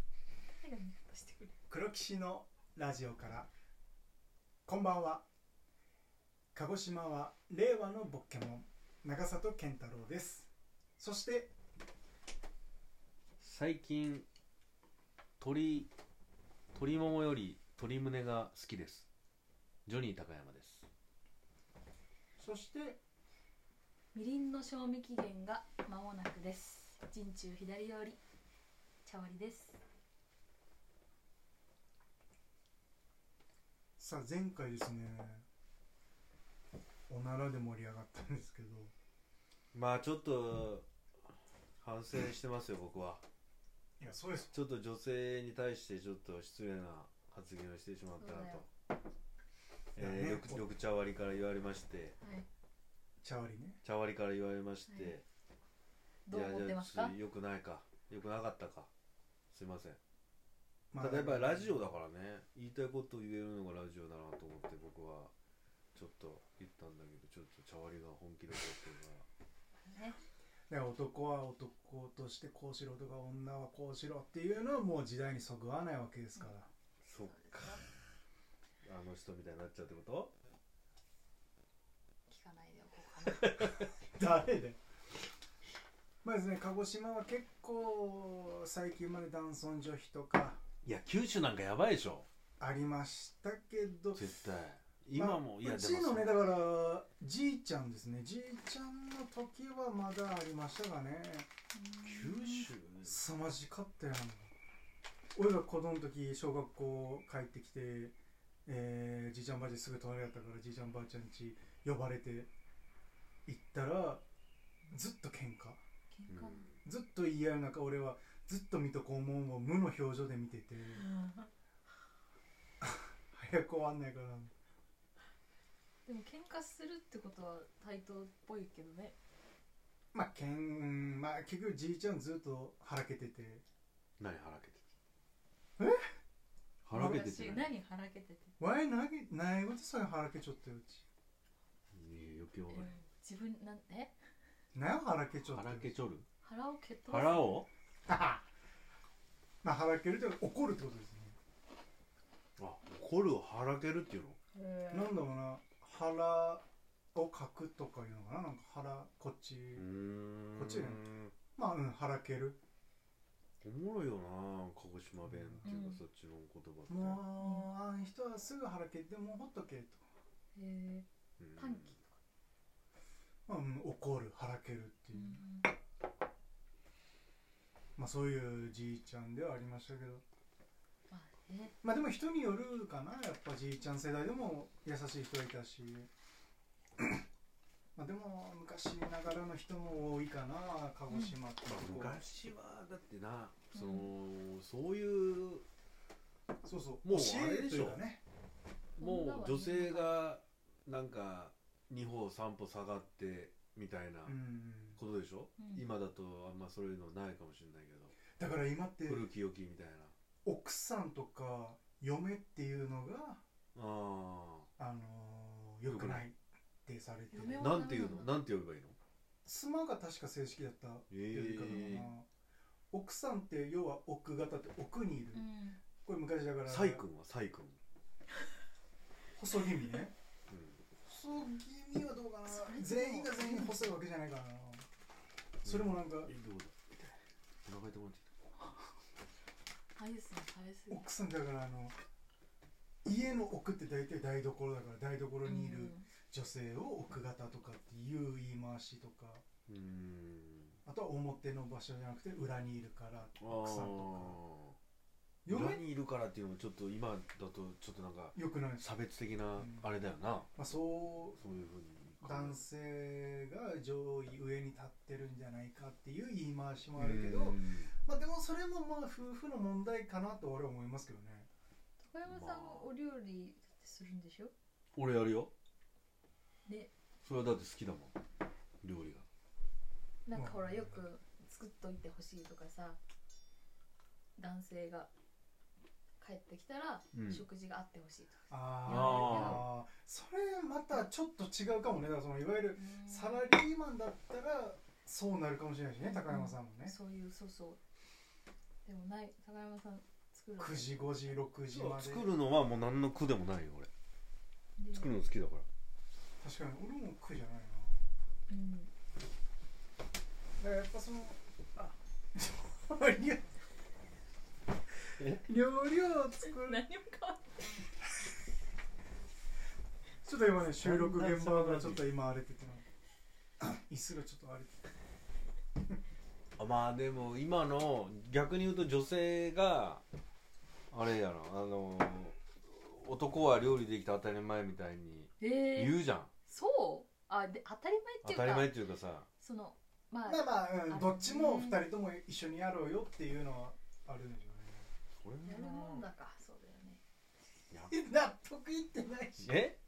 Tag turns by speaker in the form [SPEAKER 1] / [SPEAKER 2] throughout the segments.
[SPEAKER 1] 海外の言い方してくれ
[SPEAKER 2] 黒騎士のラジオからこんばんは鹿児島は令和のボッケモン長里健太郎ですそして
[SPEAKER 3] 最近鶏鶏ももより鶏胸が好きですジョニー高山です
[SPEAKER 2] そして
[SPEAKER 1] みりんの賞味期限が間もなくです陣中左寄り茶割りです
[SPEAKER 2] さあ前回ですねおならで盛り上がったんですけど
[SPEAKER 3] まあちょっと反省してますよ僕はい
[SPEAKER 2] やそうです
[SPEAKER 3] ちょっと女性に対してちょっと失礼な発言をしてしまったなと、
[SPEAKER 2] そうだよ
[SPEAKER 3] えー
[SPEAKER 2] いやね
[SPEAKER 3] 緑緑茶割りから言われまして
[SPEAKER 1] はい
[SPEAKER 2] 茶割りね
[SPEAKER 3] 茶割りから言われまして、
[SPEAKER 1] はいどう思ってますか
[SPEAKER 3] よくないかよくなかったかすいません
[SPEAKER 2] ま
[SPEAKER 3] ただやっぱりラジオだからね言いたいことを言えるのがラジオだなと思って僕はちょっと言ったんだけどちょっと茶割りが本気だったっていうのは
[SPEAKER 1] ね
[SPEAKER 2] だから男は男としてこうしろとか女はこうしろっていうのはもう時代にそぐわないわけですから、
[SPEAKER 3] そっかあの人みたいになっちゃうってこと
[SPEAKER 1] 聞かないでおこうかな
[SPEAKER 2] 誰でまあですね鹿児島は結構最近まで男尊女卑とか
[SPEAKER 3] いや九州なんかやばいでしょ
[SPEAKER 2] ありましたけど
[SPEAKER 3] 絶対
[SPEAKER 2] ま
[SPEAKER 3] 今
[SPEAKER 2] あ
[SPEAKER 3] も、いや
[SPEAKER 2] うちのねだ
[SPEAKER 3] そ
[SPEAKER 2] からじいちゃんですねじいちゃんの時はまだありましたがね
[SPEAKER 3] 九州
[SPEAKER 2] 凄まじかったやん俺が子供の時小学校帰ってきて、えーじいちゃんばあちゃんすぐ隣だったからじいちゃんばあちゃん家呼ばれて行ったらずっと喧嘩
[SPEAKER 1] 喧嘩
[SPEAKER 2] ずっと言い合う中俺はずっと水戸黄門を無の表情で見てて早く終わんないから
[SPEAKER 1] でも喧嘩するってことは対等っぽいけどね
[SPEAKER 2] まあけんまあ結局じいちゃんずっとはらけてて
[SPEAKER 3] 何腹けて
[SPEAKER 2] え
[SPEAKER 3] て腹けてて
[SPEAKER 1] 私
[SPEAKER 3] ない
[SPEAKER 1] 何はらけてて、
[SPEAKER 2] 「わいなげないごとさえはらけちょったようち
[SPEAKER 3] いや余計わかん
[SPEAKER 1] う
[SPEAKER 3] なんい
[SPEAKER 1] 自分なんえ
[SPEAKER 2] なよはらけちょっ
[SPEAKER 3] 腹
[SPEAKER 2] て
[SPEAKER 3] けちょる
[SPEAKER 1] 腹を蹴っ飛ばす
[SPEAKER 3] 腹を
[SPEAKER 2] まあはらけるというか怒るってことですね
[SPEAKER 3] あ怒るを腹けるっていうの
[SPEAKER 1] へー
[SPEAKER 2] なんだろうな腹をかくとかいうのかななんか腹こっち、
[SPEAKER 3] うん
[SPEAKER 2] こっちねまあうん腹ける
[SPEAKER 3] おもろいよな鹿児島弁っていうか、
[SPEAKER 1] うん
[SPEAKER 3] そっちの言葉って、
[SPEAKER 2] もうあの人はすぐ腹けてもうほっとけと
[SPEAKER 1] へー
[SPEAKER 3] うん
[SPEAKER 1] 短期とか、
[SPEAKER 2] まあ、うん、怒る腹けるっていう、
[SPEAKER 1] うん
[SPEAKER 2] まあそういうじいちゃんではありましたけど
[SPEAKER 1] まあね
[SPEAKER 2] まあでも人によるかなやっぱじいちゃん世代でも優しい人はいたしまあでも昔ながらの人も多いかな鹿児島っていうとこ、
[SPEAKER 3] 昔はだってな
[SPEAKER 1] うん
[SPEAKER 3] その、そういう
[SPEAKER 2] そうそう
[SPEAKER 3] もう
[SPEAKER 2] 教
[SPEAKER 3] あれ
[SPEAKER 2] え
[SPEAKER 3] で
[SPEAKER 2] と
[SPEAKER 3] し
[SPEAKER 2] い
[SPEAKER 3] ょ
[SPEAKER 2] うかね
[SPEAKER 1] 女
[SPEAKER 3] も
[SPEAKER 1] は
[SPEAKER 3] う女性がなんか2歩3歩下がってみたいな
[SPEAKER 2] うん
[SPEAKER 3] ことでしょ、
[SPEAKER 1] うん
[SPEAKER 3] 今だとあんまそういうのないかもしれないけ
[SPEAKER 2] だ
[SPEAKER 3] ど、
[SPEAKER 2] から今って
[SPEAKER 3] 古き良きみたいな
[SPEAKER 2] 奥さんとか嫁っていうのが
[SPEAKER 3] あ
[SPEAKER 2] あのー、よくないってされて
[SPEAKER 1] 嫁
[SPEAKER 3] あ
[SPEAKER 1] は
[SPEAKER 3] なんていうのなんて呼べばいいの
[SPEAKER 2] 妻が確か正式だったっ
[SPEAKER 3] え
[SPEAKER 2] ていう言い方かな、
[SPEAKER 3] ー、
[SPEAKER 2] 奥さんって要は奥方って奥にいる、
[SPEAKER 1] うん
[SPEAKER 2] これ昔だから
[SPEAKER 3] サイ君はサイ君、
[SPEAKER 2] 細気味ね
[SPEAKER 3] うん
[SPEAKER 2] 細気味はどうかな
[SPEAKER 1] それでも
[SPEAKER 2] 全員が全員細いわけじゃないからなそれもなんか
[SPEAKER 3] えどうだお腹痛くなってきた
[SPEAKER 1] アイスの食べ過ぎ
[SPEAKER 2] 奥さんだからあの家の奥って大体台所だから台所にいる女性を奥方とかっていう言い回しとか
[SPEAKER 3] うーん
[SPEAKER 2] あとは表の場所じゃなくて裏にいるから奥さんとか
[SPEAKER 3] あー
[SPEAKER 2] 嫁
[SPEAKER 3] 裏にいるからっていうのもちょっと今だとちょっとなんか
[SPEAKER 2] よくないです、
[SPEAKER 3] 差別的な
[SPEAKER 2] うん
[SPEAKER 3] あれだよな、
[SPEAKER 2] まあ、そ
[SPEAKER 3] そういうふうに
[SPEAKER 2] う男性が上位上に立ってるんじゃないかっていう言い回しもあるけど、まあ、でもそれもまあ夫婦の問題かなと俺は思いますけどね
[SPEAKER 1] 高山さん
[SPEAKER 3] まあ
[SPEAKER 1] もお料理だってするんでしょ
[SPEAKER 3] 俺やるよ
[SPEAKER 1] ね
[SPEAKER 3] それはだって好きだもん料理が
[SPEAKER 1] なんかほ
[SPEAKER 2] ま
[SPEAKER 1] ら
[SPEAKER 2] あ
[SPEAKER 1] よく作っといてほしいとかさ男性が帰ってきたら
[SPEAKER 3] うん
[SPEAKER 1] 食事があってほしいとか、
[SPEAKER 2] ああそれまたちょっと違うかもねだからそのいわゆる
[SPEAKER 1] うん
[SPEAKER 2] サラリーマンだったらそうなるかもしれないしね高山さんもね、
[SPEAKER 1] そういうそうそうでもない高山さん作作るの
[SPEAKER 2] 9時5時6時まで
[SPEAKER 3] 作るのはもう何の苦でもないよ俺
[SPEAKER 1] で
[SPEAKER 3] 作るの好きだから
[SPEAKER 2] 確かに俺も苦じゃない
[SPEAKER 1] うん
[SPEAKER 2] なだからやっぱそのあ 料理
[SPEAKER 3] え
[SPEAKER 2] 料理を作
[SPEAKER 1] 何
[SPEAKER 2] る
[SPEAKER 1] も変わ
[SPEAKER 2] ちょっと今ね収録現場がちょっと今荒れててな椅子がちょっと荒れてて
[SPEAKER 3] あまあでも今の逆に言うと女性があれやなあの男は料理できた当たり前みたいに
[SPEAKER 1] んないえー、
[SPEAKER 3] 言うじゃん、
[SPEAKER 1] そうあで当たり前ってい
[SPEAKER 3] 当
[SPEAKER 1] うか
[SPEAKER 3] たり前っていうかさ
[SPEAKER 1] そのまあ、
[SPEAKER 2] まあまあ、うん
[SPEAKER 1] あの
[SPEAKER 2] どっちも2人とも一緒にやろうよっていうのはあるんじ
[SPEAKER 3] それ
[SPEAKER 1] やるもんだ
[SPEAKER 3] な
[SPEAKER 1] かそうだよね
[SPEAKER 3] や
[SPEAKER 2] ゃない納得いってないし
[SPEAKER 3] え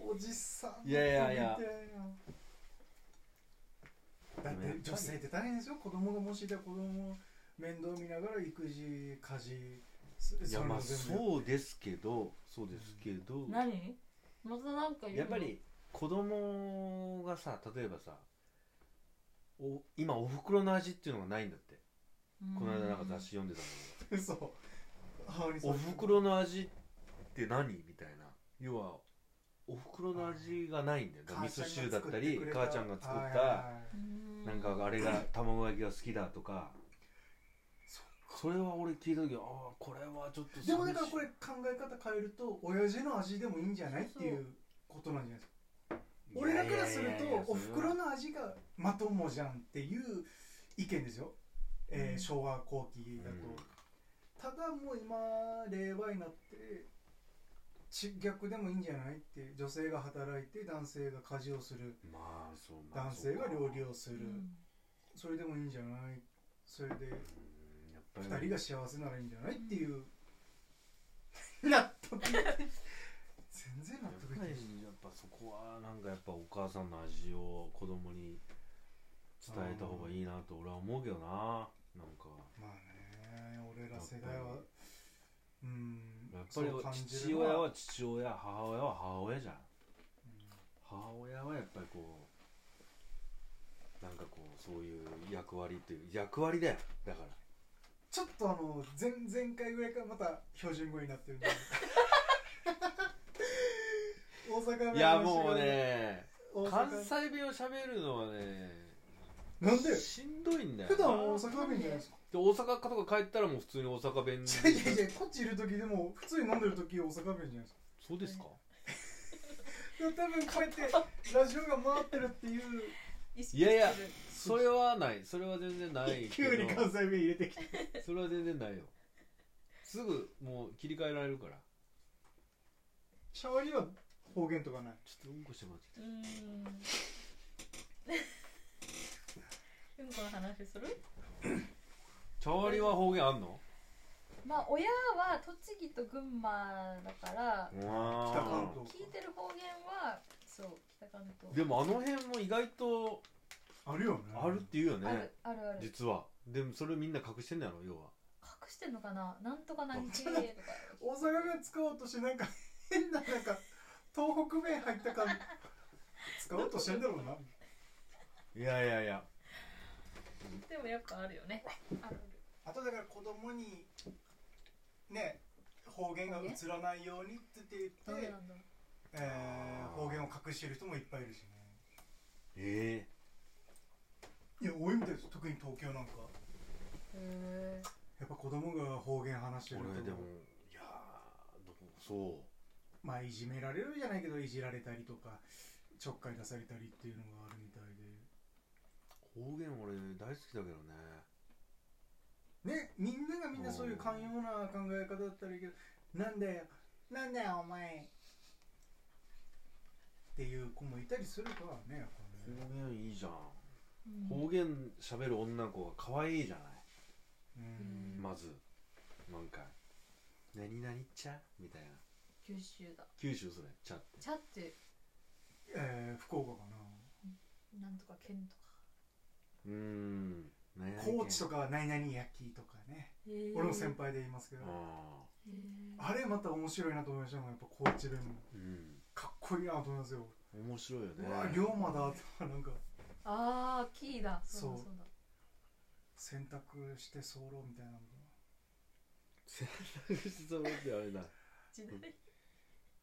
[SPEAKER 2] おじさん
[SPEAKER 3] いやいやいや
[SPEAKER 2] みたいなだって女性って大変ですよ子供がもしいたら子供面倒見ながら育児家事そ
[SPEAKER 3] いやま
[SPEAKER 2] れ
[SPEAKER 3] あ
[SPEAKER 2] も
[SPEAKER 3] そうですけどそうですけど、
[SPEAKER 1] 何またなんか言うの
[SPEAKER 3] やっぱり子供がさ例えばさお今お袋の味っていうのがないんだってこの間なんか雑誌読んでたんだ
[SPEAKER 2] 全部嘘母に
[SPEAKER 3] け
[SPEAKER 2] そ
[SPEAKER 3] ど
[SPEAKER 2] う
[SPEAKER 3] お袋の味って何みたいな要はお袋の味がないんだよだから味噌汁だったり母ちゃんが作
[SPEAKER 2] は
[SPEAKER 3] っ
[SPEAKER 2] いはい
[SPEAKER 3] た
[SPEAKER 2] は
[SPEAKER 1] う
[SPEAKER 2] い
[SPEAKER 1] ん
[SPEAKER 3] なんかあれが卵焼きが好きだとか
[SPEAKER 2] そ
[SPEAKER 3] それは俺聞いた時ああこれはちょっと
[SPEAKER 2] でもだから
[SPEAKER 3] 寂しい
[SPEAKER 2] これ考え方変えると親父の味でもいいんじゃないっていうことなんじゃないですか俺らからする
[SPEAKER 3] いやいやいやいや
[SPEAKER 2] とおふくろ
[SPEAKER 3] それは
[SPEAKER 2] の味がまともじゃんっていう意見ですよ、えー昭和後期だと、
[SPEAKER 3] うん
[SPEAKER 2] ただもう今令和になってち逆でもいいんじゃないって女性が働いて男性が家事をする
[SPEAKER 3] まあそうまあ
[SPEAKER 2] 男性が料理
[SPEAKER 3] を
[SPEAKER 2] をす
[SPEAKER 1] う
[SPEAKER 2] る、
[SPEAKER 1] ん
[SPEAKER 2] それでもいいんじゃないそれで
[SPEAKER 3] やっぱ
[SPEAKER 2] 2
[SPEAKER 3] り
[SPEAKER 2] 人が幸せならいいんじゃないっていう、納得全然納
[SPEAKER 3] やっ
[SPEAKER 2] 得いか
[SPEAKER 3] ぱ
[SPEAKER 2] ない
[SPEAKER 3] りやっぱそこはなんかやっぱお母さんの味を子供に伝えた方がいいなと俺は思うけどななんか
[SPEAKER 2] まあね俺ら世代はうん
[SPEAKER 3] やっぱり
[SPEAKER 2] そう感じ
[SPEAKER 3] 父
[SPEAKER 2] るな
[SPEAKER 3] 親は父親母親は母親じゃん
[SPEAKER 2] うん
[SPEAKER 3] 母親はやっぱりこうなんかこうそういう役割っていう役割だよだから
[SPEAKER 2] ちょっとあの前前回ぐらいからまた標準語になってるん で大阪弁の話が
[SPEAKER 3] いやもうね
[SPEAKER 2] 大
[SPEAKER 3] 関
[SPEAKER 2] 阪
[SPEAKER 3] 西弁を喋るのはね
[SPEAKER 2] なんで
[SPEAKER 3] しんどいんだよ
[SPEAKER 2] 普段は大阪弁じゃないですか
[SPEAKER 3] で大阪とか帰ったらもう普通に大阪 弁
[SPEAKER 2] いやいやいやこっちいる時でも普通に飲んでる時大阪弁じゃないですか
[SPEAKER 3] そうですか
[SPEAKER 2] でも多分こうやってラジオが回ってるっていう
[SPEAKER 1] 意識して
[SPEAKER 3] い
[SPEAKER 1] る
[SPEAKER 3] やいやそれはないそれは全然ないけど
[SPEAKER 2] 急に関西弁入れてきて
[SPEAKER 3] それは全然ないよすぐもう切り替えられるから
[SPEAKER 2] シャワリは方言とかない
[SPEAKER 3] ちょっとうんこしてもらってき
[SPEAKER 1] うーんうんこの話する
[SPEAKER 3] たチャワリは方言あんの
[SPEAKER 1] まあ親は栃木と群馬だから
[SPEAKER 3] 北
[SPEAKER 2] 北関東
[SPEAKER 1] 聞いてる方言はそう北関東
[SPEAKER 3] でもあの辺も意外と
[SPEAKER 2] あるよね
[SPEAKER 3] あるっていうよ
[SPEAKER 1] あ
[SPEAKER 3] ね
[SPEAKER 1] るあるある
[SPEAKER 3] 実はでもそれみんな隠してんだろ要は
[SPEAKER 1] 隠してんのかななんとか何系とか
[SPEAKER 2] 大阪弁使おうとしてなんか変ななんか東北弁入った感じ使おうとしてんだろうな、
[SPEAKER 3] いやいやいや
[SPEAKER 1] でもやっぱあるよねある
[SPEAKER 2] あとだから子供にね方言が映らないようにって
[SPEAKER 1] あ
[SPEAKER 2] 言っ
[SPEAKER 1] る
[SPEAKER 2] て
[SPEAKER 1] どう、なんだろう
[SPEAKER 2] えー方言を隠してる人もいっぱいいるしね
[SPEAKER 3] え
[SPEAKER 2] いや多いみたいです特に東京なんか
[SPEAKER 1] へえ
[SPEAKER 2] やっぱ子供が方言話し
[SPEAKER 3] え
[SPEAKER 2] てる
[SPEAKER 3] 俺で
[SPEAKER 2] と
[SPEAKER 3] もいやーどこそう
[SPEAKER 2] まあいじめられるじゃないけどいじられたりとかちょっかい出されたりっていうのがあるみたい
[SPEAKER 3] 方言俺大好きだけどね
[SPEAKER 2] でねみんながみんなそういう寛容な考え方だったらいいけどなんだよなんだよお前っていう子もいたりするからねやっぱね
[SPEAKER 3] 方言いいじゃん
[SPEAKER 1] うん
[SPEAKER 3] 方言喋る女の子が可愛いじゃない
[SPEAKER 2] うん
[SPEAKER 3] まずなんか「何々ちゃ」みたいな
[SPEAKER 1] 九州だ
[SPEAKER 3] 九州それ「ちゃ」って
[SPEAKER 1] チャって
[SPEAKER 2] えー、福岡か
[SPEAKER 1] なんとか県とか
[SPEAKER 3] うーん何
[SPEAKER 2] な
[SPEAKER 3] 々県
[SPEAKER 2] 高知とかは何々焼きとかね、俺も先輩で言いますけど、
[SPEAKER 3] あ
[SPEAKER 1] へえ
[SPEAKER 2] あれまた面白いなと思いましたもんやっぱ高知弁も
[SPEAKER 3] ーうん
[SPEAKER 2] かっこいいなと思いますよ、
[SPEAKER 3] 面白いよね
[SPEAKER 2] うわ龍馬だとかなんか
[SPEAKER 1] あーキーだそうだ
[SPEAKER 2] そう
[SPEAKER 1] そうだ
[SPEAKER 2] 洗濯して候みたいなのが
[SPEAKER 3] 選択肢揃ってあれだ
[SPEAKER 1] 時代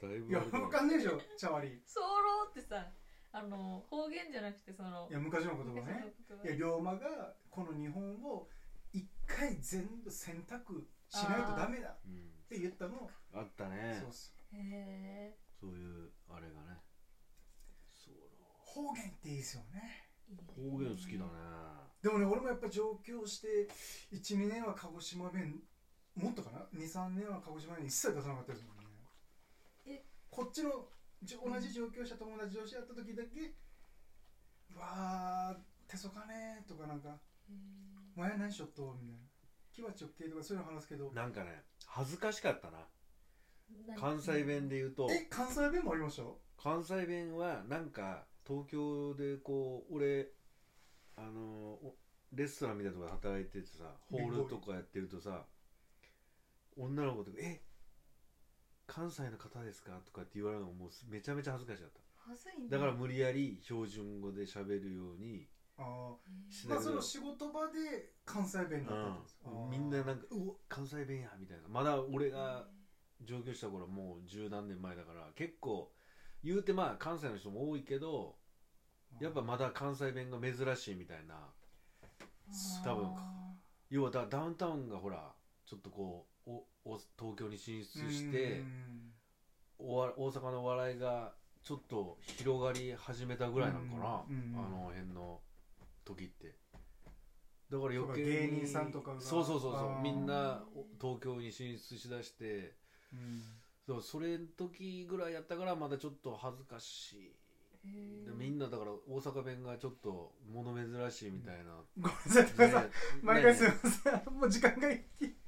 [SPEAKER 3] だい
[SPEAKER 2] い
[SPEAKER 3] ぶ
[SPEAKER 2] や
[SPEAKER 3] あれだよ
[SPEAKER 2] わかんねえでしょチャワリい
[SPEAKER 1] 早漏ってさあの方言じゃなくてその
[SPEAKER 2] や昔の
[SPEAKER 1] なん
[SPEAKER 2] 言
[SPEAKER 1] か
[SPEAKER 2] 葉
[SPEAKER 1] その言葉
[SPEAKER 2] ねいや龍馬がこの日本を一回全部選択しないとダメだっ
[SPEAKER 3] うん
[SPEAKER 2] て言ったのを
[SPEAKER 3] あったね
[SPEAKER 2] そうっす
[SPEAKER 1] へえ
[SPEAKER 3] そういうあれがねそう
[SPEAKER 2] 方言っていいですよね
[SPEAKER 1] いいね
[SPEAKER 3] だ方言好きだね
[SPEAKER 2] でもね俺もやっぱ上京して12年は鹿児島弁もっとかな23年は鹿児島弁一切出さなかったですもんね
[SPEAKER 1] え
[SPEAKER 2] こっちのじょ同じ上京した友達同士やった時だけ「わあ手そかね」とかなんか
[SPEAKER 1] へ
[SPEAKER 2] 「もやないしょっと」みたいな「木は直径」とかそういうの話すけど
[SPEAKER 3] なんかね恥ずかしかったな
[SPEAKER 1] ー何
[SPEAKER 3] 関西弁で言うと
[SPEAKER 2] え関西弁もありました
[SPEAKER 3] 関西弁はなんか東京でこう俺あのおレストランみたいなとこで働いててさホールとかやってるとさ女の子とか「え関西の方ですか?」とかって言われるのがもうめちゃめちゃ恥ずかしかった
[SPEAKER 1] 恥ずいね
[SPEAKER 3] だから無理やり標準語で喋るように
[SPEAKER 2] あー
[SPEAKER 1] へ
[SPEAKER 3] だ
[SPEAKER 2] ま
[SPEAKER 3] けど
[SPEAKER 2] あその仕事場で関西弁だったんです
[SPEAKER 3] うんみんななん
[SPEAKER 2] か
[SPEAKER 3] か「うお関西弁や」みたいなまだ俺が上京した頃もう十何年前だから結構言うてまあ関西の人も多いけどやっぱまだ関西弁が珍しいみたいな
[SPEAKER 1] ー
[SPEAKER 3] 多分
[SPEAKER 1] あ
[SPEAKER 3] 要はだダウンタウンがほらちょっとこうおお東京に進出しておわ大阪のお笑いがちょっと広がり始めたぐらいなのかな、
[SPEAKER 2] うんうんうん
[SPEAKER 3] あの辺の時ってだから
[SPEAKER 2] そう
[SPEAKER 3] 余計に
[SPEAKER 2] か芸人さんとかが
[SPEAKER 3] そうそうそうそ
[SPEAKER 2] あ
[SPEAKER 3] う
[SPEAKER 2] ー
[SPEAKER 3] みんなお東京に進出しだして
[SPEAKER 2] うん
[SPEAKER 3] そうそれの時ぐらいやったからまだちょっと恥ずかしい
[SPEAKER 1] ーへ
[SPEAKER 3] で
[SPEAKER 1] ー
[SPEAKER 3] みんなだから大阪弁がちょっと物珍しいみたいな、
[SPEAKER 2] ごめんなさいごめんなさい
[SPEAKER 3] ね
[SPEAKER 2] 毎回すいません、もう時間がいい